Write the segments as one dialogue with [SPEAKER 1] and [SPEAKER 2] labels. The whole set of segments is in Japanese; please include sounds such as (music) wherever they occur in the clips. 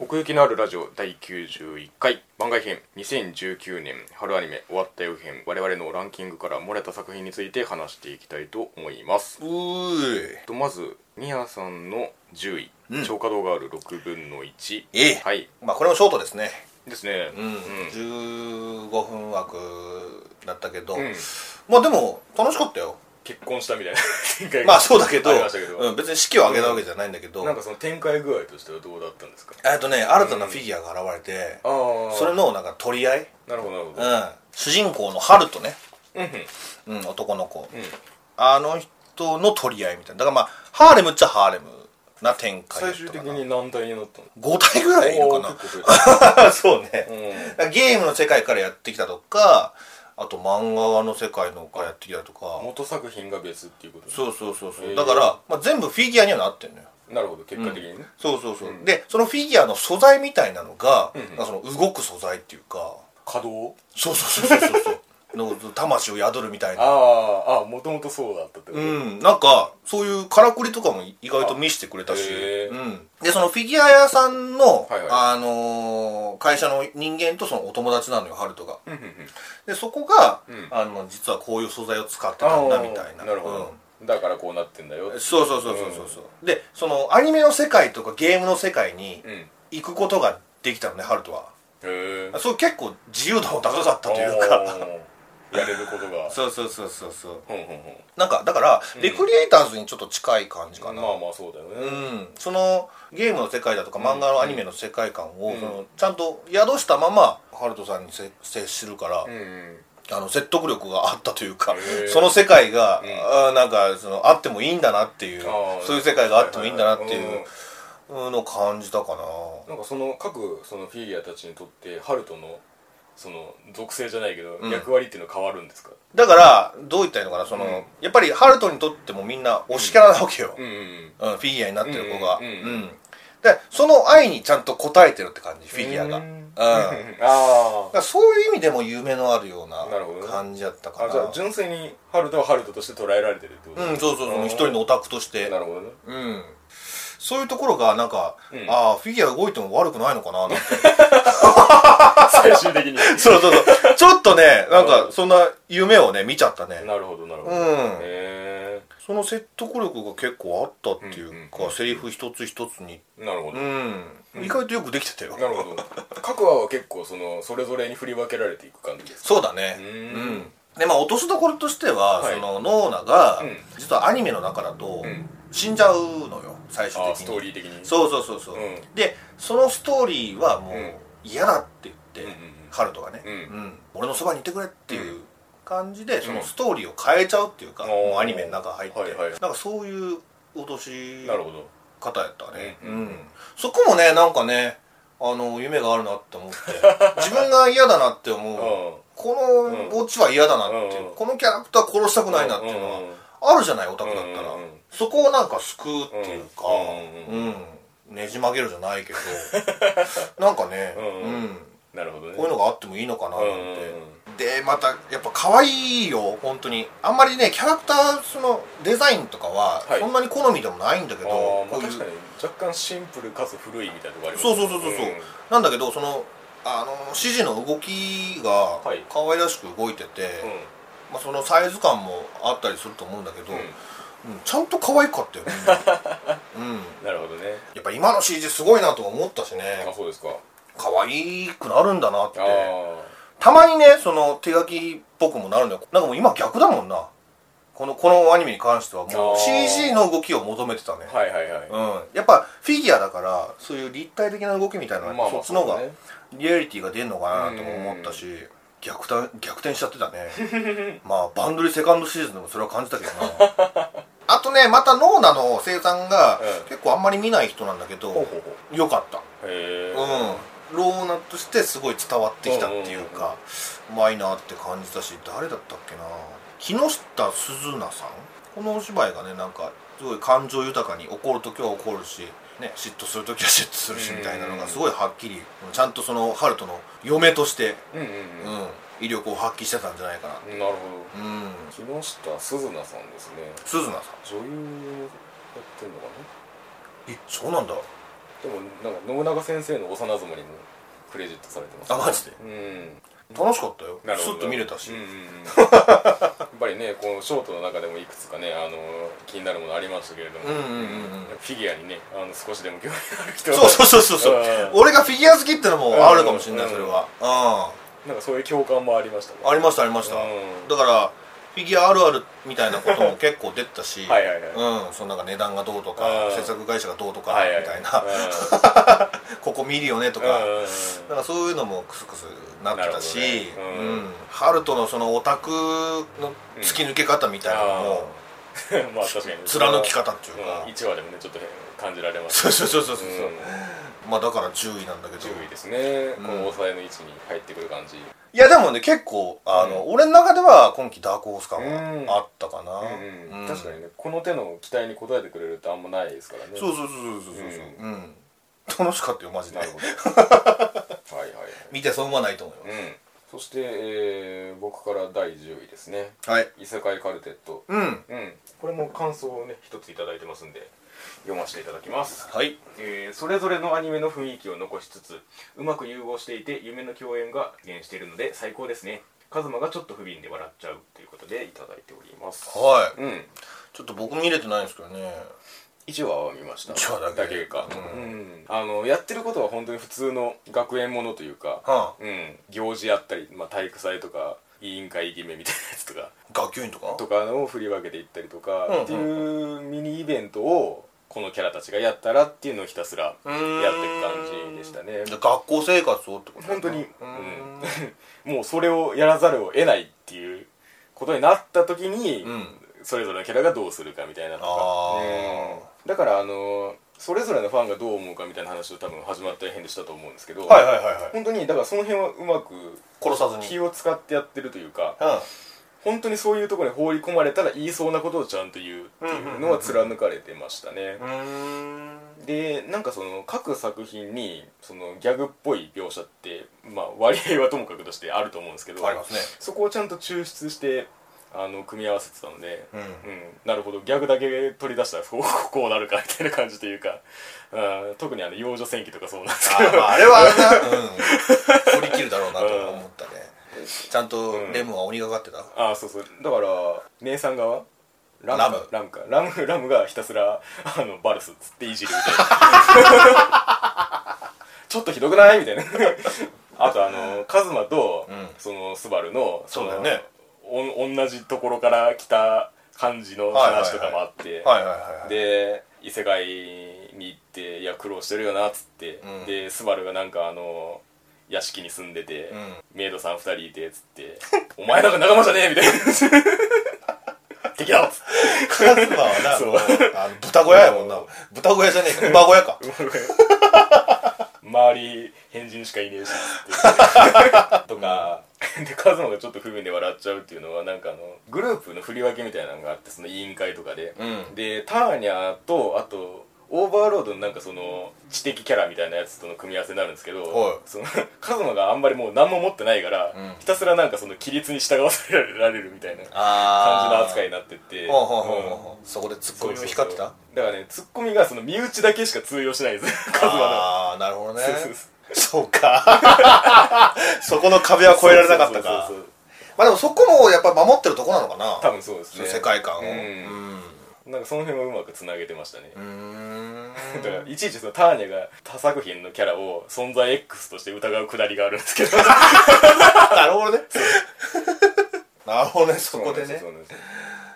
[SPEAKER 1] 奥行きのあるラジオ第91回番外編2019年春アニメ終わったよ編我々のランキングから漏れた作品について話していきたいと思います
[SPEAKER 2] うーい
[SPEAKER 1] とまずミヤさんの10位、
[SPEAKER 2] うん
[SPEAKER 1] 超過動画ある6分の1
[SPEAKER 2] ええ
[SPEAKER 1] はい
[SPEAKER 2] まあこれもショートですね
[SPEAKER 1] ですね
[SPEAKER 2] うん、15分枠だったけど、
[SPEAKER 1] うん
[SPEAKER 2] まあでも楽しかったよ
[SPEAKER 1] 結婚したみたいな (laughs) 展開が
[SPEAKER 2] まあそうだけど
[SPEAKER 1] ありましたけど
[SPEAKER 2] うん、別に式を挙げたわけじゃないんだけど、
[SPEAKER 1] なんかその展開具合としてはどうだったんですか
[SPEAKER 2] えっとね新たなフィギュアが現れて、
[SPEAKER 1] ああ
[SPEAKER 2] それのなんか取り合い、
[SPEAKER 1] なるほどなるほ
[SPEAKER 2] う
[SPEAKER 1] ど
[SPEAKER 2] ん、主人公のハルとね、
[SPEAKER 1] うんうん
[SPEAKER 2] うん、男の子、
[SPEAKER 1] うん
[SPEAKER 2] あの人の取り合いみたいなだからまあハーレムっちゃハーレムな展開だ
[SPEAKER 1] 最
[SPEAKER 2] ったか
[SPEAKER 1] 終
[SPEAKER 2] な
[SPEAKER 1] 的に何体になったの
[SPEAKER 2] 5体ぐらいいるか
[SPEAKER 1] お
[SPEAKER 2] な
[SPEAKER 1] ー結構増えた
[SPEAKER 2] (laughs) そうね、
[SPEAKER 1] うん
[SPEAKER 2] だからゲームの世界からやってきたとかあと漫画の世界のからやってきたとか
[SPEAKER 1] 元作品が別っていうこと
[SPEAKER 2] そうそうそうそう、
[SPEAKER 1] へー
[SPEAKER 2] だから、まあ、全部フィギュアにはなってんのよ
[SPEAKER 1] なるほど結果的にね、
[SPEAKER 2] そうそうそう、でそのフィギュアの素材みたいなのが、
[SPEAKER 1] んうん
[SPEAKER 2] なんかその動く素材っていうか
[SPEAKER 1] 稼働
[SPEAKER 2] そうそうそうそう
[SPEAKER 1] (laughs)
[SPEAKER 2] そうの魂を宿るみたい
[SPEAKER 1] あ
[SPEAKER 2] な
[SPEAKER 1] ああもともとそうだったってこと、
[SPEAKER 2] うんなんかそういうからくりとかも意外と見せてくれたし、
[SPEAKER 1] へー
[SPEAKER 2] うん、でそのフィギュア屋さんの、
[SPEAKER 1] はいはい
[SPEAKER 2] あのー会社の人間とそのお友達なのよハルトが
[SPEAKER 1] うんうんうん
[SPEAKER 2] でそこが、
[SPEAKER 1] うん
[SPEAKER 2] あの実はこういう素材を使ってたんだみたいな
[SPEAKER 1] なるほど、だからこうなってんだよ
[SPEAKER 2] うんそうそうそうそうそうそう、でそのアニメの世界とかゲームの世界に
[SPEAKER 1] うんへ
[SPEAKER 2] 行くことができたのねハルトは
[SPEAKER 1] え
[SPEAKER 2] そう結構自由度も高かったというか
[SPEAKER 1] やれることが
[SPEAKER 2] そうそうそうそうそう
[SPEAKER 1] ほんほんほん
[SPEAKER 2] なんかだから、レクリエイターズにちょっと近い感じかな、
[SPEAKER 1] まあまあそうだよね、
[SPEAKER 2] うん、そのゲームの世界だとか漫画のアニメの世界観を、
[SPEAKER 1] うん
[SPEAKER 2] そのちゃんと宿したままハルトさんにせ接するから、
[SPEAKER 1] うんうん
[SPEAKER 2] あの説得力があったというか
[SPEAKER 1] へー
[SPEAKER 2] その世界が、
[SPEAKER 1] ん
[SPEAKER 2] あーなんかそのあってもいいんだなっていう
[SPEAKER 1] あー
[SPEAKER 2] そういう世界があってもいいんだなってい
[SPEAKER 1] ははは
[SPEAKER 2] うのを感じたかな
[SPEAKER 1] うんなんかその各そのフィギュアたちにとってハルトのその属性じゃないけど、
[SPEAKER 2] ん
[SPEAKER 1] 役割っていうのは変わるんですか
[SPEAKER 2] だからどう言ったらいいのかなその、
[SPEAKER 1] うん
[SPEAKER 2] やっぱりハルトにとってもみんな推しキャラなわけよ、
[SPEAKER 1] うんうん
[SPEAKER 2] うんフィギュアになってる子が
[SPEAKER 1] う
[SPEAKER 2] うんん、
[SPEAKER 1] うん
[SPEAKER 2] でその愛にちゃんと応えてるって感じフィギュアが
[SPEAKER 1] う
[SPEAKER 2] うんん、だか
[SPEAKER 1] ああ
[SPEAKER 2] らそういう意味でも夢のあるような
[SPEAKER 1] なるほどね
[SPEAKER 2] 感じだったか
[SPEAKER 1] あ
[SPEAKER 2] な
[SPEAKER 1] じゃあ純粋にハルトはハルトとして捉えられてるってこと
[SPEAKER 2] うんそうそうそう一人のオタクとして
[SPEAKER 1] なるほどね
[SPEAKER 2] うん、そういうところがなんか、
[SPEAKER 1] うん
[SPEAKER 2] ああフィギュア動いても悪くないのかななんて
[SPEAKER 1] (laughs) 最終的に
[SPEAKER 2] そうそうそうちょっとねなんかそんな夢をね見ちゃったね
[SPEAKER 1] なるほどなるほ
[SPEAKER 2] う
[SPEAKER 1] ど、
[SPEAKER 2] ん
[SPEAKER 1] へ、え
[SPEAKER 2] その説得力が結構あったっていうか、
[SPEAKER 1] うん
[SPEAKER 2] セリフ一つ一つに
[SPEAKER 1] なるほ
[SPEAKER 2] う
[SPEAKER 1] ど、
[SPEAKER 2] ん、
[SPEAKER 1] うん
[SPEAKER 2] 意外とよくできてたよ
[SPEAKER 1] なるほど各話は結構そのそれぞれに振り分けられていく感じです
[SPEAKER 2] そうだね
[SPEAKER 1] う
[SPEAKER 2] うんん、でまあ落としどころとしては、
[SPEAKER 1] はい
[SPEAKER 2] そのノーナが、
[SPEAKER 1] うん
[SPEAKER 2] 実はアニメの中だと、
[SPEAKER 1] うん
[SPEAKER 2] 死んじゃうのよ最終
[SPEAKER 1] あー
[SPEAKER 2] 的
[SPEAKER 1] ス
[SPEAKER 2] に
[SPEAKER 1] トーリー的に
[SPEAKER 2] そうそうそうそう、
[SPEAKER 1] うん
[SPEAKER 2] でそのストーリーはもう
[SPEAKER 1] うん
[SPEAKER 2] 嫌だって言って、
[SPEAKER 1] うんうんうん
[SPEAKER 2] ハルトがね、
[SPEAKER 1] うん
[SPEAKER 2] 俺のそばにいてくれっていうう感じで、そのストーリーを変えちゃうっていうか、
[SPEAKER 1] おー
[SPEAKER 2] もうアニメの中入って、
[SPEAKER 1] はいはい
[SPEAKER 2] なんかそういう脅し
[SPEAKER 1] なるほど
[SPEAKER 2] 方やったね、
[SPEAKER 1] うん
[SPEAKER 2] そこもねなんかねあの夢があるなっ
[SPEAKER 1] (laughs)
[SPEAKER 2] て思って自分が嫌だなって思う、
[SPEAKER 1] う
[SPEAKER 2] このオチは嫌だなっていう、
[SPEAKER 1] うん
[SPEAKER 2] このキャラクター殺したくないなっていうのは、
[SPEAKER 1] うんうんうん
[SPEAKER 2] あるじゃないオタクだったら、
[SPEAKER 1] うんうんうん
[SPEAKER 2] そこをなんか救うっていうか、
[SPEAKER 1] う
[SPEAKER 2] うんんねじ曲げるじゃないけど (laughs) なんかね、
[SPEAKER 1] うんうん
[SPEAKER 2] うん
[SPEAKER 1] んなるほどね
[SPEAKER 2] こういうのがあってもいいのかななんて、
[SPEAKER 1] うんうん
[SPEAKER 2] でまたやっぱ可愛いよ本当にあんまりねキャラクターそのデザインとかは
[SPEAKER 1] はい
[SPEAKER 2] そんなに好みでもないんだけど、
[SPEAKER 1] あーま
[SPEAKER 2] こ
[SPEAKER 1] あ
[SPEAKER 2] ういう
[SPEAKER 1] 確かに若干シンプルかつ古いみたいなとこあります
[SPEAKER 2] そうそうそうそうそう、なんだけどそのあの指示の動きが
[SPEAKER 1] はい
[SPEAKER 2] 可愛らしく動いてて、
[SPEAKER 1] うん
[SPEAKER 2] まあ、そのサイズ感もあったりすると思うんだけど、
[SPEAKER 1] うん
[SPEAKER 2] うんちゃんと可愛かったよ
[SPEAKER 1] (laughs)
[SPEAKER 2] みんなうん
[SPEAKER 1] なるほどね
[SPEAKER 2] やっぱ今の CG すごいなと思ったしね
[SPEAKER 1] あそうですか
[SPEAKER 2] 可愛くなるんだな
[SPEAKER 1] あ
[SPEAKER 2] って
[SPEAKER 1] あ
[SPEAKER 2] たまにねその手書きっぽくもなるんだよなんかもう今逆だもんなこのこのアニメに関してはも
[SPEAKER 1] あ
[SPEAKER 2] う
[SPEAKER 1] ー
[SPEAKER 2] CG の動きを求めてたね、
[SPEAKER 1] はいはいはい
[SPEAKER 2] うん、やっぱフィギュアだからそういう立体的な動きみたいなの、
[SPEAKER 1] まあまあ
[SPEAKER 2] そっちの方が
[SPEAKER 1] そうだね
[SPEAKER 2] リアリティが出るのかなとも思ったし逆転逆転しちゃってたね
[SPEAKER 1] (laughs)
[SPEAKER 2] まあバンドリセカンドシーズンでもそれは感じたけどなあとねまたノーナの生産が
[SPEAKER 1] うん
[SPEAKER 2] 結構あんまり見ない人なんだけど、
[SPEAKER 1] ほうほうほ
[SPEAKER 2] よかった
[SPEAKER 1] うへえ
[SPEAKER 2] うん、ローナとしてすごい伝わってきたっていうか、うまいなって感じたし誰だったっけな木下すずなさんこのお芝居がねなんかすごい感情豊かに怒る時は怒るし、ね、嫉妬する時は嫉妬するし
[SPEAKER 1] うん
[SPEAKER 2] みたいなのがすごいはっきりちゃんとそのハルトの嫁として、
[SPEAKER 1] うんうん
[SPEAKER 2] う
[SPEAKER 1] うん
[SPEAKER 2] ん、威力を発揮してたんじゃないかな
[SPEAKER 1] なるほ
[SPEAKER 2] うん
[SPEAKER 1] ど木下すずなさんですね
[SPEAKER 2] すずなさん
[SPEAKER 1] 女優やってんのか
[SPEAKER 2] えそうなんだ
[SPEAKER 1] でもなんか信長先生の幼妻にもクレジットされてます
[SPEAKER 2] あマジで
[SPEAKER 1] うん
[SPEAKER 2] 楽しかったよ
[SPEAKER 1] なるほ
[SPEAKER 2] ス
[SPEAKER 1] ど
[SPEAKER 2] ッと見れたし、
[SPEAKER 1] うんうんうんやっぱりねこのショートの中でもいくつかねあの気になるものありましたけれども、
[SPEAKER 2] うんうんうんうん
[SPEAKER 1] フィギュアにねあの少しでも興味ある人は
[SPEAKER 2] そうそうそうそうそう
[SPEAKER 1] うん
[SPEAKER 2] 俺がフィギュア好きってのもあるかもしれない、
[SPEAKER 1] うん
[SPEAKER 2] それはうん
[SPEAKER 1] なんかそういう共感もありましたね
[SPEAKER 2] ありましたありました、
[SPEAKER 1] うん
[SPEAKER 2] だからフィギュアあるあるみたいなことも結構出てたし
[SPEAKER 1] はいはい
[SPEAKER 2] うん、そのなんか値段がどうとか
[SPEAKER 1] うん
[SPEAKER 2] 制作会社がどうとか
[SPEAKER 1] はいはい
[SPEAKER 2] みたいな、 (laughs)
[SPEAKER 1] うん
[SPEAKER 2] ここ見るよねとか、
[SPEAKER 1] うん
[SPEAKER 2] なんかそういうのもクスクスなってたし、
[SPEAKER 1] なるほどねうん
[SPEAKER 2] うんハルトのそのオタクの突き抜け方みたいなのも
[SPEAKER 1] うんまあ確かに
[SPEAKER 2] 貫き方っていうか、
[SPEAKER 1] うん、1話でもねちょっと感じられました
[SPEAKER 2] そうそうそうそうそう、
[SPEAKER 1] うん
[SPEAKER 2] まあだから10位なんだけど
[SPEAKER 1] 注意ですね、
[SPEAKER 2] うん
[SPEAKER 1] この抑えの位置に入ってくる感じ
[SPEAKER 2] いやでもね結構あの、俺の中では今期ダークホース感
[SPEAKER 1] うん
[SPEAKER 2] はあったかな、
[SPEAKER 1] うん
[SPEAKER 2] う
[SPEAKER 1] うんん、確かにねこの手の期待に応えてくれるってあんまないですからね
[SPEAKER 2] そうそうそうそうそうそううん、楽しかったよマジで
[SPEAKER 1] なるほどはいはいはい
[SPEAKER 2] 見て損はないと思いま
[SPEAKER 1] うんそして、えー僕から第10位ですね
[SPEAKER 2] すはい
[SPEAKER 1] 異世界カルテット
[SPEAKER 2] うん
[SPEAKER 1] うんこれも感想をね一ついただいてますんで読ませていただきます
[SPEAKER 2] はい
[SPEAKER 1] えーそれぞれのアニメの雰囲気を残しつつうまく融合していて夢の共演が実現しているので最高ですねカズマがちょっと不憫で笑っちゃうということでいただいております
[SPEAKER 2] はい
[SPEAKER 1] うん
[SPEAKER 2] ちょっと僕見れてないんですけどね
[SPEAKER 1] 1話は見ました
[SPEAKER 2] 一話だけ
[SPEAKER 1] か、う
[SPEAKER 2] う
[SPEAKER 1] んんあのやってることは本当に普通の学園ものというか、
[SPEAKER 2] はあ
[SPEAKER 1] うん、行事やったり、まあ、体育祭とか委員会決めみたいなやつとか
[SPEAKER 2] 学級委員とか
[SPEAKER 1] とかのを振り分けていったりとか、
[SPEAKER 2] うんうん
[SPEAKER 1] っていうミニイベントをこのキャラたちがやったらっていうのをひたすらやっていく感じでしたね
[SPEAKER 2] で学校生活をってこと
[SPEAKER 1] 本当に、
[SPEAKER 2] うーん
[SPEAKER 1] うん、もうそれをやらざるを得ないっていうことになった時に、
[SPEAKER 2] うん
[SPEAKER 1] それぞれのキャラがどうするかみたいなと
[SPEAKER 2] あ
[SPEAKER 1] か、
[SPEAKER 2] ー
[SPEAKER 1] うんだからあのそれぞれのファンがどう思うかみたいな話を多分始まった編でしたと思うんですけど、
[SPEAKER 2] はいはいはいはい
[SPEAKER 1] 本当にだからその辺はうまく
[SPEAKER 2] 殺さずに
[SPEAKER 1] 気を使ってやってるというか
[SPEAKER 2] う
[SPEAKER 1] 本当にそういうところに放り込まれたら言いそうなことをちゃんと言うっていうのは貫かれてましたね、
[SPEAKER 2] んうん
[SPEAKER 1] でなんかその各作品にそのギャグっぽい描写って、まあ、割合はともかくとしてあると思うんですけど
[SPEAKER 2] ありますね
[SPEAKER 1] そこをちゃんと抽出してあの組み合わせてたので、
[SPEAKER 2] うん
[SPEAKER 1] なるほどギャグだけ取り出したらこう (laughs) こうなるかみたいな感じというかあー特にあの幼女戦記とかそうなんです
[SPEAKER 2] あ
[SPEAKER 1] けど
[SPEAKER 2] ーまああれはな、うん、振り切るだろうなと思ったねちゃんとレムは鬼がかってた
[SPEAKER 1] ああそうそうだから姉さん側ラ
[SPEAKER 2] ラ
[SPEAKER 1] ム
[SPEAKER 2] ム
[SPEAKER 1] ラムかラムラムがひたすらあのバルスっつっていじるみ
[SPEAKER 2] (laughs)
[SPEAKER 1] たいなちょっとひどくないみたいなあとあのカズマと、
[SPEAKER 2] ん
[SPEAKER 1] そのスバルの
[SPEAKER 2] そうだよ
[SPEAKER 1] の
[SPEAKER 2] ね
[SPEAKER 1] お同じところから来た感じの話とかもあって、
[SPEAKER 2] はいはいはいはい
[SPEAKER 1] で異世界に行っていや苦労してるよなっつって、
[SPEAKER 2] うん
[SPEAKER 1] でスバルがなんかあの屋敷に住んでて、
[SPEAKER 2] うん
[SPEAKER 1] メイドさん2人いてっつって「お前なんか仲間じゃねえ」みたいな (laughs) 「敵だ!」っつって
[SPEAKER 2] カズマはな
[SPEAKER 1] そう
[SPEAKER 2] あの豚小屋やもんな豚小屋じゃねえか馬小屋か
[SPEAKER 1] 周り変人しかいねえしっつってとか、 (laughs) でカズマがちょっと不憫で笑っちゃうっていうのはなんかあのグループの振り分けみたいなのがあってその委員会とかで、
[SPEAKER 2] うん
[SPEAKER 1] でターニャとあとオーバーロードのなんかその知的キャラみたいなやつとの組み合わせになるんですけ
[SPEAKER 2] はい
[SPEAKER 1] どその (laughs) カズマがあんまりもう何も持ってないから、
[SPEAKER 2] うん
[SPEAKER 1] ひたすらなんかその規律に従わせられるみたいな
[SPEAKER 2] あ
[SPEAKER 1] 感じの
[SPEAKER 2] ー
[SPEAKER 1] 扱いになってって
[SPEAKER 2] ほうほうほう
[SPEAKER 1] うん
[SPEAKER 2] ほうそこでツッ
[SPEAKER 1] そ
[SPEAKER 2] コ
[SPEAKER 1] う
[SPEAKER 2] ミ
[SPEAKER 1] そうそ
[SPEAKER 2] を
[SPEAKER 1] う
[SPEAKER 2] 光ってた
[SPEAKER 1] だからねツッコミがその身内だけしか通用しないんですカズマ
[SPEAKER 2] ああなるほどね
[SPEAKER 1] そうそうそ
[SPEAKER 2] そうか (laughs) そこの壁は
[SPEAKER 1] の
[SPEAKER 2] 越えられなかったか
[SPEAKER 1] そうそうそう
[SPEAKER 2] まあでもそこもやっぱ守ってるとこなのかな
[SPEAKER 1] 多分そうです
[SPEAKER 2] その
[SPEAKER 1] ね
[SPEAKER 2] 世界観を
[SPEAKER 1] うんなんかその辺はうまくつなげてましたね
[SPEAKER 2] うんう
[SPEAKER 1] だ (laughs) から
[SPEAKER 2] ーん
[SPEAKER 1] いちいちそのターニャが他作品のキャラを存在 X として疑うくだりがあるんですけど
[SPEAKER 2] なる (laughs) ほどねなるほどね (laughs) そこでね
[SPEAKER 1] そうなんですよ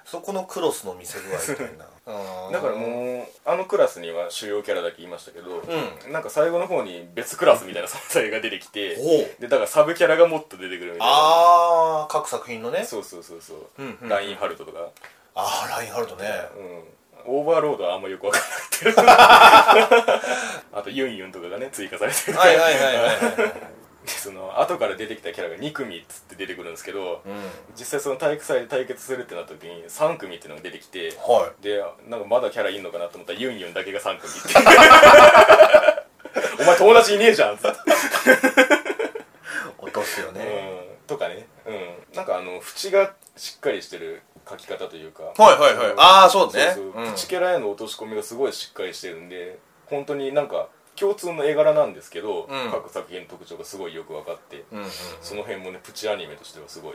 [SPEAKER 2] そこのクロスの見せ具合みたいな
[SPEAKER 1] だから
[SPEAKER 2] (laughs) う
[SPEAKER 1] もうあのクラスには主要キャラだけいましたけど、
[SPEAKER 2] う
[SPEAKER 1] なんか最後の方に別クラスみたいな存在が出てきて
[SPEAKER 2] おう
[SPEAKER 1] でだからサブキャラがもっと出てくるみたいな
[SPEAKER 2] ああ各作品のね
[SPEAKER 1] そうそうそうそう、
[SPEAKER 2] うんうん
[SPEAKER 1] ラインハルトとか、
[SPEAKER 2] ああラインハルトね
[SPEAKER 1] うん、オーバーロードはあんまよくわから (laughs) なくてあとユンユンとかがね追加されてる
[SPEAKER 2] (laughs) はいはいはいはいはい
[SPEAKER 1] (laughs) でその後から出てきたキャラが2組っつって出てくるんですけど、
[SPEAKER 2] うん
[SPEAKER 1] 実際その体育祭で対決するってなった時に3組っていうのが出てきて
[SPEAKER 2] は
[SPEAKER 1] でなんかまだキャラいんのかなと思ったらユンユンだけが3組って (laughs) お前友達いねえじゃんっつって、
[SPEAKER 2] い落とすよ
[SPEAKER 1] う
[SPEAKER 2] ね
[SPEAKER 1] ん、とかね、うん、なんかあの縁がしっかりしてる描き方というか
[SPEAKER 2] はいはいはいああそうね
[SPEAKER 1] そうそう
[SPEAKER 2] うん
[SPEAKER 1] プチキャラへの落とし込みがすごいしっかりしてるんで本当になんか共通の絵柄なんですけど、
[SPEAKER 2] うん
[SPEAKER 1] 各作品の特徴がすごいよく分かって、
[SPEAKER 2] うんうんうん
[SPEAKER 1] その辺もねプチアニメとしてはすごい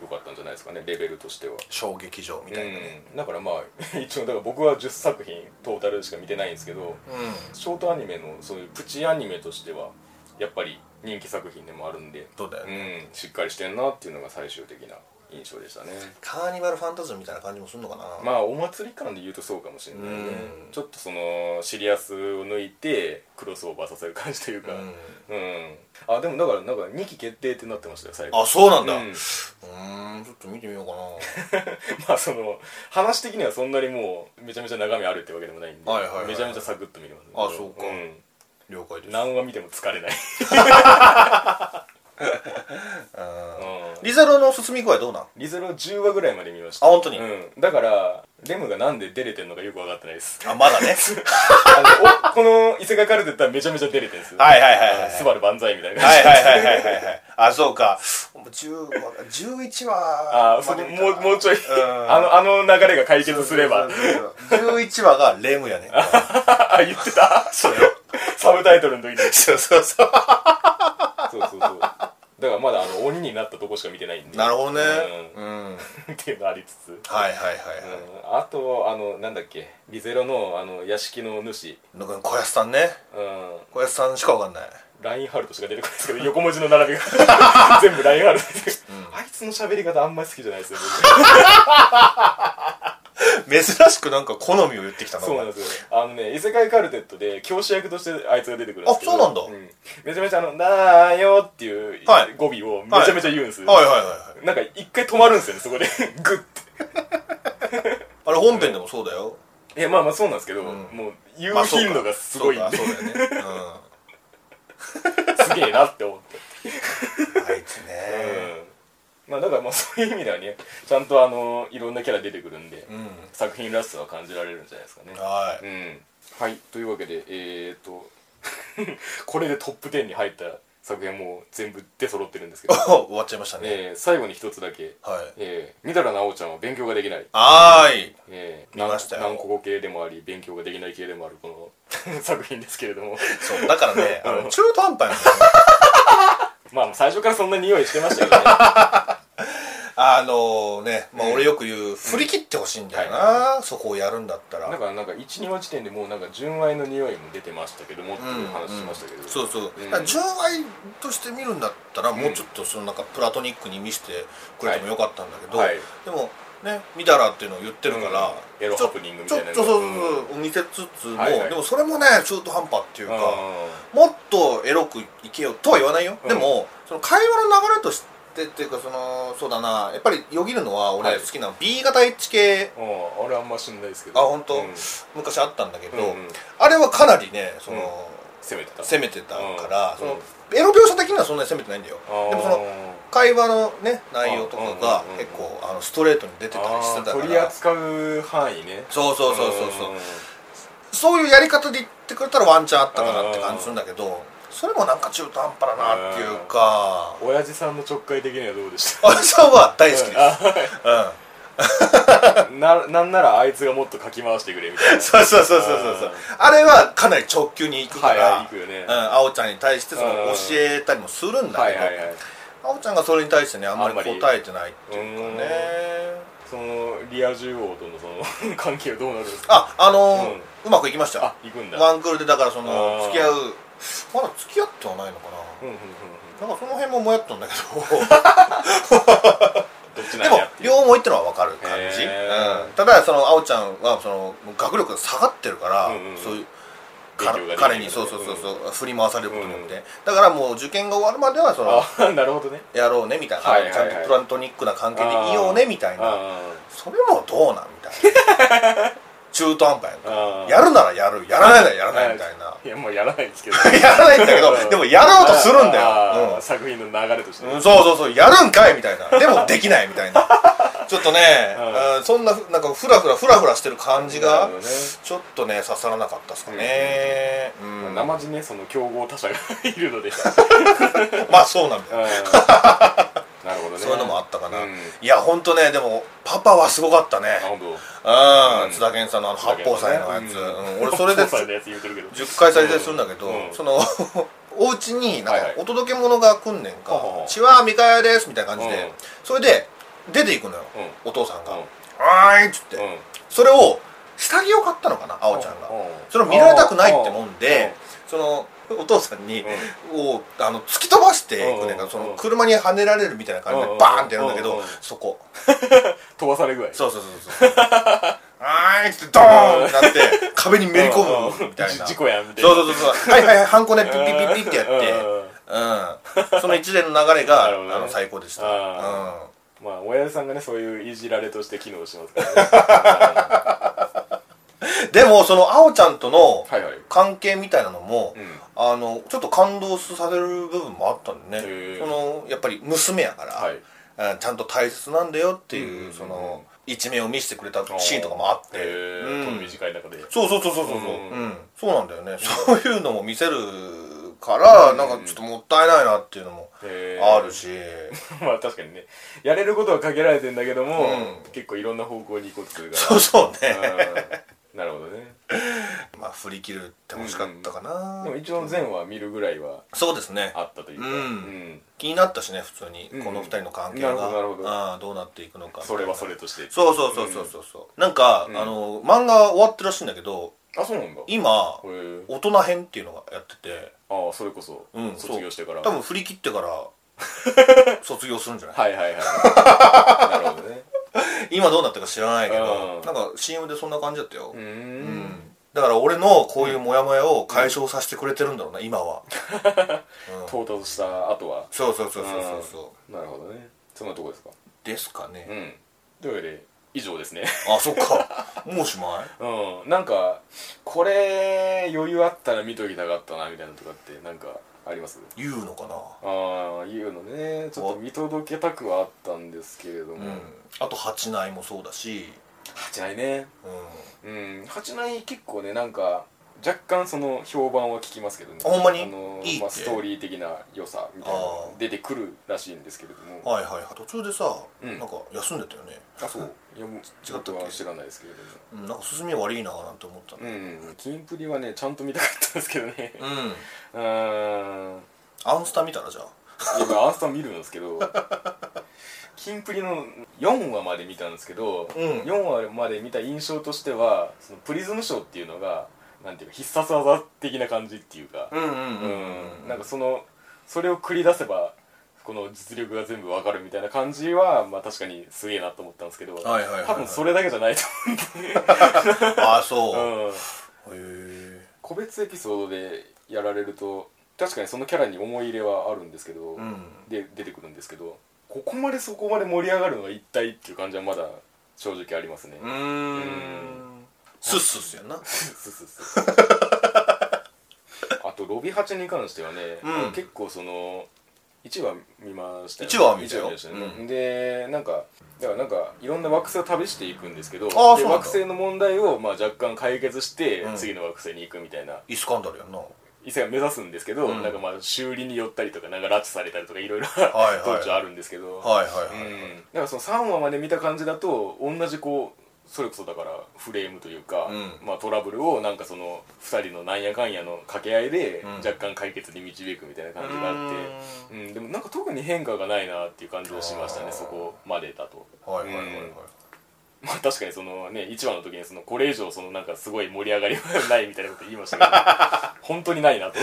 [SPEAKER 1] 良かったんじゃないですかねレベルとしては。
[SPEAKER 2] 小劇場みたいなね
[SPEAKER 1] うん、だからまあ (laughs) 一応だから僕は10作品トータルしか見てないんですけど
[SPEAKER 2] うん
[SPEAKER 1] ショートアニメのそういうプチアニメとしてはやっぱり人気作品でもあるんで、
[SPEAKER 2] そうだよ
[SPEAKER 1] う
[SPEAKER 2] ね
[SPEAKER 1] ん、しっかりしてんなっていうのが最終的な印象でしたね
[SPEAKER 2] カーニバルファンタズムみたいな感じもするのかな
[SPEAKER 1] まあお祭り感で言うとそうかもしれないね
[SPEAKER 2] うん
[SPEAKER 1] ちょっとそのシリアスを抜いてクロスオーバーさせる感じというか
[SPEAKER 2] うん
[SPEAKER 1] うん、あでもだからなんか2期決定ってなってましたよ最後
[SPEAKER 2] あそうなんだ
[SPEAKER 1] う
[SPEAKER 2] うんーんちょっと見てみようか (laughs) な
[SPEAKER 1] (laughs) まあその話的にはそんなにもうめちゃめちゃ眺めあるってわけでもないんで、
[SPEAKER 2] はいはいはいはい
[SPEAKER 1] めちゃめちゃサクッと見れますね
[SPEAKER 2] あそうか
[SPEAKER 1] ん
[SPEAKER 2] 了解です
[SPEAKER 1] 何話見ても疲
[SPEAKER 2] (laughs)
[SPEAKER 1] れないうん
[SPEAKER 2] リザロの進み具合どうなん
[SPEAKER 1] リゼロ10話ぐらいまで見ました
[SPEAKER 2] あ本当に
[SPEAKER 1] うん、だからレムがなんで出れてんのかよく分かってないです
[SPEAKER 2] あまだ (laughs) ね
[SPEAKER 1] あのお (laughs) この異世界カルテットはめちゃめちゃ出れてるんですよ
[SPEAKER 2] はいはいはいはい
[SPEAKER 1] あのスバル万歳みたいな感
[SPEAKER 2] は
[SPEAKER 1] じ
[SPEAKER 2] いはいはいはいはいはいあそうか10 11話
[SPEAKER 1] ああそこもうもうちょい
[SPEAKER 2] ん
[SPEAKER 1] あのあの流れが解決すれば
[SPEAKER 2] 11話がレムやね
[SPEAKER 1] あ言ってた
[SPEAKER 2] そうよ
[SPEAKER 1] サブタイトルの時に
[SPEAKER 2] (laughs) そうそう
[SPEAKER 1] そ
[SPEAKER 2] そう
[SPEAKER 1] うそうそうだからまだあの鬼になったとこしか見てないんで
[SPEAKER 2] なるほどね
[SPEAKER 1] う
[SPEAKER 2] うんんはい
[SPEAKER 1] っていうのありつつ、
[SPEAKER 2] はいは
[SPEAKER 1] う
[SPEAKER 2] いは
[SPEAKER 1] ん、あとあのなんだっけリゼロのあの屋敷の主
[SPEAKER 2] いなんか小安さんね
[SPEAKER 1] うん
[SPEAKER 2] 小安さんしかわかんない
[SPEAKER 1] ラインハルトしか出てこないですけど横文字の (laughs) 並びが全部ラインハルトです、あいつの喋り方あんまり好きじゃないですよ
[SPEAKER 2] 珍しくなんか好みを言ってきた
[SPEAKER 1] 僕
[SPEAKER 2] な
[SPEAKER 1] そうなんですよあのね異世界カルテットで教師役としてあいつが出てくるんですけど
[SPEAKER 2] あそうなんだ
[SPEAKER 1] めちゃめちゃあの「なーよ」っていう
[SPEAKER 2] はい
[SPEAKER 1] 語尾をめちゃめちゃ言うんですよ、
[SPEAKER 2] はいはいはいはい
[SPEAKER 1] なんか一回止まるんですよねそこで (laughs) グッて
[SPEAKER 2] あれ本編でもそうだよ
[SPEAKER 1] いやまあまあそうなんですけど、
[SPEAKER 2] ん
[SPEAKER 1] もう言
[SPEAKER 2] ま
[SPEAKER 1] う
[SPEAKER 2] あそうか
[SPEAKER 1] 頻度がすごいんで、
[SPEAKER 2] そうかそうだよね
[SPEAKER 1] すげえなって思って
[SPEAKER 2] うんあいつ
[SPEAKER 1] うん
[SPEAKER 2] ね
[SPEAKER 1] まあだからまあそういう意味ではねちゃんとあのいろんなキャラ出てくるんで、
[SPEAKER 2] うん
[SPEAKER 1] 作品らしさは感じられるんじゃないですかね
[SPEAKER 2] は
[SPEAKER 1] う
[SPEAKER 2] い (laughs)
[SPEAKER 1] んはいというわけでえー、っと (laughs) これでトップ10に入った作品もう全部出揃ってるんですけ
[SPEAKER 2] (laughs)
[SPEAKER 1] ど、
[SPEAKER 2] 終わっちゃいましたね
[SPEAKER 1] えー最後に一つだけ
[SPEAKER 2] はい
[SPEAKER 1] えー、みだらなおちゃんは勉強ができない、
[SPEAKER 2] はーい
[SPEAKER 1] えー、
[SPEAKER 2] 見ましたよ
[SPEAKER 1] 何個語系でもあり勉強ができない系でもあるこの (laughs) 作品ですけれども
[SPEAKER 2] そうだから
[SPEAKER 1] (laughs)
[SPEAKER 2] ねあの中途半端やね
[SPEAKER 1] まあ最初からそんな匂いしてましたけ
[SPEAKER 2] (laughs)
[SPEAKER 1] どね
[SPEAKER 2] あのねまあ俺よく言う振り切ってほしいんだよなそこをやるんだったら
[SPEAKER 1] だからなんか12話時点でもうなんか純愛の匂いも出てましたけどもっていう話しましたけど、
[SPEAKER 2] そうそう、
[SPEAKER 1] うん
[SPEAKER 2] だから純愛として見るんだったらもうちょっとそのなんかプラトニックに見せてくれてもよかったんだけど、
[SPEAKER 1] はい
[SPEAKER 2] でもね「みだら」っていうのを言ってるから、
[SPEAKER 1] うんエロ
[SPEAKER 2] ちょ
[SPEAKER 1] ハプニングみたいな
[SPEAKER 2] ちょっとそうそうそう見せつつも、
[SPEAKER 1] はいはい
[SPEAKER 2] でもそれもね中途半端っていう
[SPEAKER 1] うん
[SPEAKER 2] か、もっとエロくいけよとは言わないよ、
[SPEAKER 1] うん
[SPEAKER 2] でもその会話の流れとしてっていうかそのそうだなやっぱりよぎるのは
[SPEAKER 1] は
[SPEAKER 2] 俺
[SPEAKER 1] い
[SPEAKER 2] 好きな B 型 H 系
[SPEAKER 1] うん俺あんましんないですけど
[SPEAKER 2] あ本当
[SPEAKER 1] うん
[SPEAKER 2] 昔あったんだけど、
[SPEAKER 1] うんうん
[SPEAKER 2] あれはかなりねその、
[SPEAKER 1] 攻めてた
[SPEAKER 2] 攻めてたから、
[SPEAKER 1] うん
[SPEAKER 2] そのエロ描写的にはそんなに攻めてないんだよでもその
[SPEAKER 1] の
[SPEAKER 2] 会話のね内容とか
[SPEAKER 1] う
[SPEAKER 2] が
[SPEAKER 1] んうんうんうん
[SPEAKER 2] 結構あのストレートに出てたりしてたか
[SPEAKER 1] 取り
[SPEAKER 2] ら
[SPEAKER 1] 扱う範囲ね
[SPEAKER 2] そうそうそうそうそう
[SPEAKER 1] うん
[SPEAKER 2] そういうやり方で言ってくれたらワンチャンあったかなって感じするんだけどそれもなんか中途半端だなっていうか
[SPEAKER 1] 親父さんのちょっかい的にはどうでした
[SPEAKER 2] 私は大好きです
[SPEAKER 1] (laughs)
[SPEAKER 2] う
[SPEAKER 1] ななんならあいつがもっとかき回してくれみたい
[SPEAKER 2] ん
[SPEAKER 1] な
[SPEAKER 2] そうそうそうそうそうそうあれはかなり直球に行 (laughs) くか
[SPEAKER 1] はいはい
[SPEAKER 2] ら
[SPEAKER 1] 行くよね
[SPEAKER 2] うんあおちゃんに対してその
[SPEAKER 1] うんうん
[SPEAKER 2] 教えたりもするんだ
[SPEAKER 1] は
[SPEAKER 2] け
[SPEAKER 1] い
[SPEAKER 2] ど
[SPEAKER 1] はいはい
[SPEAKER 2] あおちゃんがそれに対してねあんまり
[SPEAKER 1] あんまり
[SPEAKER 2] 答えてないっていうかね
[SPEAKER 1] そのリア獣王とのその (laughs) 関係はどうなるんですか
[SPEAKER 2] ああのー
[SPEAKER 1] うん
[SPEAKER 2] うまくいきましたよ
[SPEAKER 1] あ行くんだ
[SPEAKER 2] ワンクールでだからそ
[SPEAKER 1] あー
[SPEAKER 2] の付き合うまだ付き合ってはないのか
[SPEAKER 1] うんうんうんうん
[SPEAKER 2] ななんかその辺ももやっとんだけど
[SPEAKER 1] どっち
[SPEAKER 2] で
[SPEAKER 1] なん
[SPEAKER 2] も
[SPEAKER 1] やっていう
[SPEAKER 2] 両思いってのは分かる感じ、
[SPEAKER 1] へー
[SPEAKER 2] うん、ただそのあおちゃんはその学力が下がってるから、
[SPEAKER 1] うんうん
[SPEAKER 2] そういう
[SPEAKER 1] 勉強がで
[SPEAKER 2] か
[SPEAKER 1] きない
[SPEAKER 2] 彼にそうそうそうそう、振り回されることによって、
[SPEAKER 1] うん
[SPEAKER 2] だからもう受験が終わるまではその
[SPEAKER 1] あ (laughs) なるほどね
[SPEAKER 2] やろうねみたいな、
[SPEAKER 1] はいはいはい
[SPEAKER 2] ちゃんとプラントニックな関係でいようねみたいな
[SPEAKER 1] あ
[SPEAKER 2] それもどうなんみたいな
[SPEAKER 1] (laughs)
[SPEAKER 2] 中途半端やんか
[SPEAKER 1] あ
[SPEAKER 2] やるならやるやらないならやらないみたいな
[SPEAKER 1] いやもうやらないですけど
[SPEAKER 2] (laughs) やらないんだけどでもやろうとするんだ
[SPEAKER 1] あ
[SPEAKER 2] よ
[SPEAKER 1] ー、作品の流れとして
[SPEAKER 2] うんう
[SPEAKER 1] ね
[SPEAKER 2] んそうそうそうやるんかいみたいなでもできないみたい
[SPEAKER 1] (laughs)
[SPEAKER 2] なちょっとね、
[SPEAKER 1] うん
[SPEAKER 2] うんそんなふなんかフラフラフラフラしてる感じ
[SPEAKER 1] な
[SPEAKER 2] が
[SPEAKER 1] るほどね
[SPEAKER 2] ちょっとね刺さらなかったですかね、うん
[SPEAKER 1] なまじ
[SPEAKER 2] (laughs)
[SPEAKER 1] ねその競合他社がいるので
[SPEAKER 2] まあそうなんだよ
[SPEAKER 1] うんなるほどね
[SPEAKER 2] そういうのもあったかな、
[SPEAKER 1] うん
[SPEAKER 2] いやほんとねでもパパはすごかったね
[SPEAKER 1] あ本当
[SPEAKER 2] う
[SPEAKER 1] うん
[SPEAKER 2] ん津田健さんのあの八宝菜のや
[SPEAKER 1] う
[SPEAKER 2] つ、
[SPEAKER 1] ん
[SPEAKER 2] うん俺それで
[SPEAKER 1] 八宝菜のやつ言うてるけど
[SPEAKER 2] 10回再生するんだけど、
[SPEAKER 1] うん
[SPEAKER 2] その (laughs) お家になん
[SPEAKER 1] はい
[SPEAKER 2] か
[SPEAKER 1] はい
[SPEAKER 2] お届け物が来んねんか
[SPEAKER 1] ほうほうほ
[SPEAKER 2] 「
[SPEAKER 1] う
[SPEAKER 2] ちはみかやです」みたいな感じで、
[SPEAKER 1] うん
[SPEAKER 2] それで出ていくのよ、
[SPEAKER 1] う
[SPEAKER 2] お父さんが
[SPEAKER 1] うん
[SPEAKER 2] 「はーい」っつって、
[SPEAKER 1] うん
[SPEAKER 2] それを下着を買ったのかなあおちゃんが、
[SPEAKER 1] う
[SPEAKER 2] それを見られたくないってもんで、そのお父さんに、をあの突き飛ばしていくね
[SPEAKER 1] う
[SPEAKER 2] んか
[SPEAKER 1] ん
[SPEAKER 2] その車にはねられるみたいな感じ
[SPEAKER 1] うん
[SPEAKER 2] でバーンってやるんだけ
[SPEAKER 1] う
[SPEAKER 2] ど
[SPEAKER 1] ん
[SPEAKER 2] そこ
[SPEAKER 1] 飛ばされ具合
[SPEAKER 2] そうそうそうそうはーいっつってドーンってなって壁にめり込むみたいな
[SPEAKER 1] 事故やんみたいな
[SPEAKER 2] そうそうそうそうはいはいはいハンコねピッピッピッピッってやって
[SPEAKER 1] て
[SPEAKER 2] うんその一連の流れが、
[SPEAKER 1] (laughs) なるほどね
[SPEAKER 2] あの最高でしたうん
[SPEAKER 1] あまあ親父さんがねそういういじられとして機能しますからね
[SPEAKER 2] でもそのあおちゃんとの
[SPEAKER 1] はいはい
[SPEAKER 2] 関係みたいなのも、
[SPEAKER 1] うん
[SPEAKER 2] あのちょっと感動させる部分もあったんで
[SPEAKER 1] へ
[SPEAKER 2] ね
[SPEAKER 1] え
[SPEAKER 2] そのやっぱり娘やから、
[SPEAKER 1] はい
[SPEAKER 2] うんちゃんと大切なんだよっていう、
[SPEAKER 1] うんうんうん
[SPEAKER 2] その一面を見せてくれたシーンとかもあって、
[SPEAKER 1] へ
[SPEAKER 2] う
[SPEAKER 1] ー
[SPEAKER 2] ん
[SPEAKER 1] この短い中で
[SPEAKER 2] そうそうそうそうそ
[SPEAKER 1] う
[SPEAKER 2] う、う
[SPEAKER 1] ん
[SPEAKER 2] んそうなんだよねそういうのも見せるから、
[SPEAKER 1] うん
[SPEAKER 2] なんかちょっともったいないなっていうのも
[SPEAKER 1] へー
[SPEAKER 2] あるし、
[SPEAKER 1] (laughs) まあ確かにねやれることは限られてんだけども、
[SPEAKER 2] うん
[SPEAKER 1] 結構いろんな方向に行こうとするから
[SPEAKER 2] そうそうね、
[SPEAKER 1] うん (laughs) なるほどね
[SPEAKER 2] まあ振り切るって欲しかったかな、
[SPEAKER 1] でも一応前話見るぐらいは
[SPEAKER 2] そうですね
[SPEAKER 1] あったというか、
[SPEAKER 2] うん気になったしね普通に
[SPEAKER 1] うんうん
[SPEAKER 2] この二人の関係
[SPEAKER 1] なるほどなるほど
[SPEAKER 2] が、ああどうなっていくのか
[SPEAKER 1] それはそれとして
[SPEAKER 2] そうそうそうそうそうそうなんか、
[SPEAKER 1] うん
[SPEAKER 2] あの漫画終わってるらしいんだけど
[SPEAKER 1] あそうなんだへ
[SPEAKER 2] 今
[SPEAKER 1] え
[SPEAKER 2] 大人編っていうのがやってて
[SPEAKER 1] ああそれこそ、
[SPEAKER 2] うん
[SPEAKER 1] 卒業してから
[SPEAKER 2] 多分振り切ってから (laughs) 卒業するんじゃない
[SPEAKER 1] はいはいはい (laughs) なるほどね
[SPEAKER 2] 今どうなったか知らないけ
[SPEAKER 1] う
[SPEAKER 2] ど
[SPEAKER 1] ん
[SPEAKER 2] なんか CM でそんな感じだったよ
[SPEAKER 1] う、
[SPEAKER 2] うん
[SPEAKER 1] ん
[SPEAKER 2] だから俺のこういうモヤモヤを解消させてくれてるんだろうな今 (laughs) は、うん
[SPEAKER 1] 到達した後は
[SPEAKER 2] そうそうそうそうそうそう
[SPEAKER 1] なるほどねそんなとこですか
[SPEAKER 2] ですか
[SPEAKER 1] う
[SPEAKER 2] ね、
[SPEAKER 1] んというわけで以上ですね
[SPEAKER 2] あそっかもうおしまい
[SPEAKER 1] (laughs) うんなんかこれ余裕あったら見ときたかったなみたいなのとかってなんかあります
[SPEAKER 2] 言うのかな
[SPEAKER 1] ああいうのねちょっと見届けたくはあったんですけれども、
[SPEAKER 2] うん、あと八内もそうだし、
[SPEAKER 1] 八内ね
[SPEAKER 2] うん、
[SPEAKER 1] うん八内結構ねなんか若干その評判は聞きますけどね
[SPEAKER 2] あほんまに
[SPEAKER 1] あの
[SPEAKER 2] いいって
[SPEAKER 1] まあ、ストーリー的な良さみたいなのが
[SPEAKER 2] あー
[SPEAKER 1] 出てくるらしいんですけれども
[SPEAKER 2] はいはいはい途中でさ、
[SPEAKER 1] うん
[SPEAKER 2] なんか休んでたよね、
[SPEAKER 1] あそういやもうちょっとは知らないですけれども
[SPEAKER 2] うん、なんか進み悪いなぁなんて思ったの
[SPEAKER 1] うんキンプリはねちゃんと見たかったんですけどね
[SPEAKER 2] うん、
[SPEAKER 1] うーん
[SPEAKER 2] アンスタ見たらじゃあ
[SPEAKER 1] 今アンスタ見るんですけど (laughs) キンプリの4話まで見たんですけど、
[SPEAKER 2] うん
[SPEAKER 1] 4話まで見た印象としてはそのプリズムショーっていうのがなんていうか必殺技的な感じっていうか、
[SPEAKER 2] うんうん
[SPEAKER 1] うんなんかそのそれを繰り出せばこの実力が全部わかるみたいな感じは、まあ、確かにすげえなと思ったんですけど、
[SPEAKER 2] はいはいはいはい
[SPEAKER 1] 多分それだけじゃないと
[SPEAKER 2] ああそう、
[SPEAKER 1] 思う、うん
[SPEAKER 2] へえ
[SPEAKER 1] (laughs) 個別エピソードでやられると確かにそのキャラに思い入れはあるんですけど、
[SPEAKER 2] うん
[SPEAKER 1] で出てくるんですけどここまでそこまで盛り上がるのが一体っていう感じはまだ正直ありますね、
[SPEAKER 2] うー
[SPEAKER 1] ん
[SPEAKER 2] んスッスッスやんな
[SPEAKER 1] すすす (laughs) あとロビハチに関してはね、
[SPEAKER 2] うん
[SPEAKER 1] 結構その1話見ました
[SPEAKER 2] 一話は見た
[SPEAKER 1] 一
[SPEAKER 2] よ
[SPEAKER 1] 話ね
[SPEAKER 2] うん
[SPEAKER 1] でなんかだからなんかいろんな惑星を旅していくんですけどで
[SPEAKER 2] あーそうなんだ
[SPEAKER 1] 惑星の問題をまあ若干解決して、
[SPEAKER 2] うん
[SPEAKER 1] 次の惑星に行くみたいな
[SPEAKER 2] イスカンダルやんな
[SPEAKER 1] 伊勢が目指すんですけど、
[SPEAKER 2] うん
[SPEAKER 1] なんかまあ修理に寄ったりとかなんか拉致されたりとかいろい (laughs) ろ
[SPEAKER 2] はいはい
[SPEAKER 1] 当時あるんですけど、
[SPEAKER 2] はいはいはい、
[SPEAKER 1] うん、だからその3話まで見た感じだと同じこうそれこそだからフレームというか、
[SPEAKER 2] うん
[SPEAKER 1] まあ、トラブルをなんかその2人のなんやかんやの掛け合いで
[SPEAKER 2] うん
[SPEAKER 1] 若干解決に導くみたいな感じがあ
[SPEAKER 2] う
[SPEAKER 1] って、うんでもなんか特に変化がないなっていう感じはしました
[SPEAKER 2] あ
[SPEAKER 1] ね
[SPEAKER 2] ー
[SPEAKER 1] そこまでだと。
[SPEAKER 2] はいはいはいはい、
[SPEAKER 1] うんまあ確かにそのね1話の時にそのこれ以上そのなんかすごい盛り上がりはないみたいなこと言いま
[SPEAKER 2] (laughs)
[SPEAKER 1] したけど本当にないなと、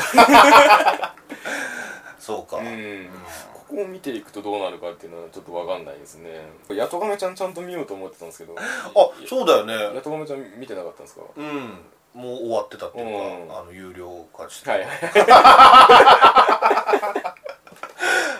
[SPEAKER 2] そうか、
[SPEAKER 1] うん、ここを見ていくとどうなるかっていうのはちょっとわかんないですねやとがめちゃんちゃんと見ようと思ってたんですけどあ
[SPEAKER 2] あそうだよ
[SPEAKER 1] や
[SPEAKER 2] ね
[SPEAKER 1] とがめちゃん見てなかったんですかは
[SPEAKER 2] うんもう終わってたっていうか、
[SPEAKER 1] うん
[SPEAKER 2] あの有料化して、
[SPEAKER 1] い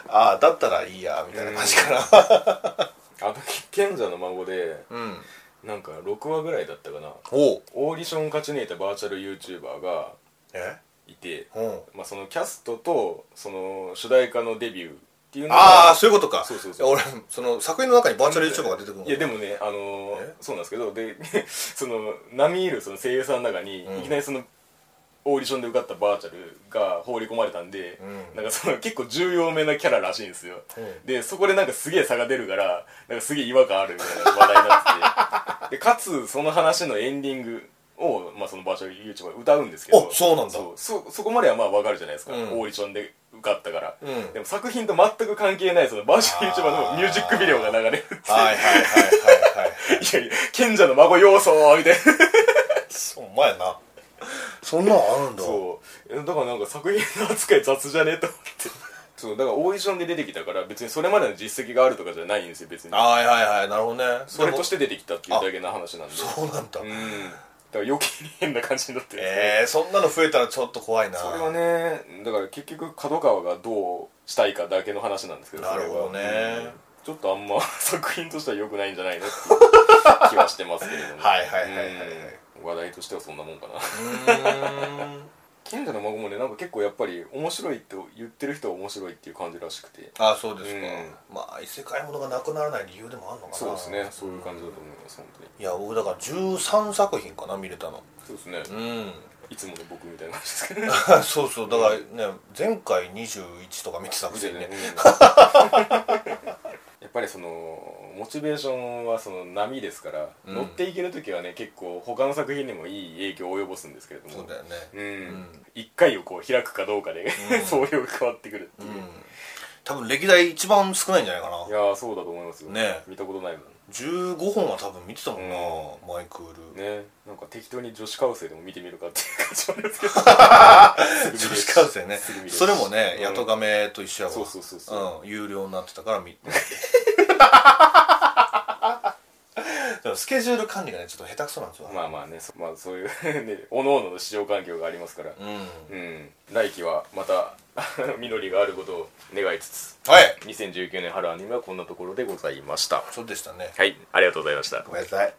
[SPEAKER 2] ああだったらいいやみたいな感じかな
[SPEAKER 1] あと「賢者の孫」で
[SPEAKER 2] うん、
[SPEAKER 1] なんか6話ぐらいだったかな
[SPEAKER 2] おう
[SPEAKER 1] オーディションを勝ち抜いたバーチャル YouTuber が
[SPEAKER 2] え
[SPEAKER 1] いて、
[SPEAKER 2] うん
[SPEAKER 1] まあ、そのキャストとその主題歌のデビューっていうの
[SPEAKER 2] ああ
[SPEAKER 1] が
[SPEAKER 2] そういうことか
[SPEAKER 1] そうそうそう
[SPEAKER 2] いや俺その作品の中にバーチャル YouTuber が出てくるの
[SPEAKER 1] いやでもねあのー
[SPEAKER 2] え
[SPEAKER 1] (laughs) そうなんですけどでその並みいるその声優さんの中に、
[SPEAKER 2] うん
[SPEAKER 1] いきなりそのオーディションで受かったバーチャルが放り込まれたんで、
[SPEAKER 2] うん
[SPEAKER 1] なんかその結構重要めなキャラらしいんですよ、
[SPEAKER 2] うん
[SPEAKER 1] でそこでなんかすげえ差が出るからなんかすげえ違和感あるみたいな話題になっててでかつその話のエンディングを、まあ、そのバーチャル YouTuber が歌うんですけど
[SPEAKER 2] おそうなんだ
[SPEAKER 1] そうそそこまではまあわかるじゃないですか、
[SPEAKER 2] うん
[SPEAKER 1] オーディションで受かったから、
[SPEAKER 2] うん
[SPEAKER 1] でも作品と全く関係ないそのバーチャル YouTuber のミュージックビデオが流れるっていう
[SPEAKER 2] はいはいはいはいはい
[SPEAKER 1] いやいや、賢者の孫要素みたいな。
[SPEAKER 2] ほんまやなそんなんあるんだ
[SPEAKER 1] そう。だからなんか作品の扱い雑じゃねえと思って。そう、だからオーディションで出てきたから、別にそれまでの実績があるとかじゃないんですよ、別に。
[SPEAKER 2] はいはいはいなるほどね
[SPEAKER 1] それとしてて出てきたっていうだけの話なんで。
[SPEAKER 2] そうなんだ、
[SPEAKER 1] うん。だから余計に変な感じになってるんですよ
[SPEAKER 2] えー、そんなの増えたらちょっと怖いな
[SPEAKER 1] それはね、だから結局角川がどうしたいかだけの話なんですけど、それは
[SPEAKER 2] なるほどね
[SPEAKER 1] うんちょっとあんま (laughs) 作品としては良くないんじゃないのっていう
[SPEAKER 2] (laughs)
[SPEAKER 1] 気はしてますけれども。
[SPEAKER 2] はいはいはいはいはい
[SPEAKER 1] うん話題としてはそんなもんかな。
[SPEAKER 2] うーん
[SPEAKER 1] 賢者の孫もねなんか結構やっぱり面白いって言ってる人は面白いっていう感じらしくて
[SPEAKER 2] あそうですか、
[SPEAKER 1] う
[SPEAKER 2] まあ異世界ものがなくならない理由でもあるのかな
[SPEAKER 1] そうですねそういう感じだと思います本当に
[SPEAKER 2] いや僕だから13作品かな見れたの
[SPEAKER 1] そうですね
[SPEAKER 2] うん (laughs)
[SPEAKER 1] いつもの僕みたいな感じですけどね
[SPEAKER 2] そうそうだからね前回21とか見てたくせにね
[SPEAKER 1] うん (laughs) やっぱりそのモチベーションはその波ですから、
[SPEAKER 2] うん
[SPEAKER 1] 乗っていける時はね結構他の作品にもいい影響を及ぼすんですけれども
[SPEAKER 2] そうだよね
[SPEAKER 1] うん
[SPEAKER 2] ん
[SPEAKER 1] 一回をこう開くかどうかで、
[SPEAKER 2] うん
[SPEAKER 1] 総量が変わってくるって
[SPEAKER 2] う
[SPEAKER 1] い
[SPEAKER 2] ん
[SPEAKER 1] う、
[SPEAKER 2] 多分歴代一番少ないんじゃないか
[SPEAKER 1] い
[SPEAKER 2] な
[SPEAKER 1] やーそうだと思いますよ
[SPEAKER 2] ね
[SPEAKER 1] 見たことないもん
[SPEAKER 2] 15本は多分見てたもんな、マイクール、
[SPEAKER 1] ねなんか適当に女子高生でも見てみるかっていう感じもありますけ
[SPEAKER 2] (laughs)
[SPEAKER 1] ど
[SPEAKER 2] 女子高生ね
[SPEAKER 1] すぐ見れる
[SPEAKER 2] それもね、
[SPEAKER 1] うん
[SPEAKER 2] ヤトガメと一緒やわ
[SPEAKER 1] そうそうそうそ
[SPEAKER 2] うん、有料になって
[SPEAKER 1] (laughs)
[SPEAKER 2] たから見てでもスケジュール管理がねちょっと下手くそなんですよ、
[SPEAKER 1] まあまあねそ,、まあ、そういう (laughs) ねおのの市場環境がありますから
[SPEAKER 2] うん
[SPEAKER 1] うん、来期はまた (laughs) 実りがあることを願いつつ
[SPEAKER 2] はい
[SPEAKER 1] 2019年春アニメはこんなところでございました
[SPEAKER 2] そうでしたね
[SPEAKER 1] はいありがとうございました
[SPEAKER 2] ごめんなさい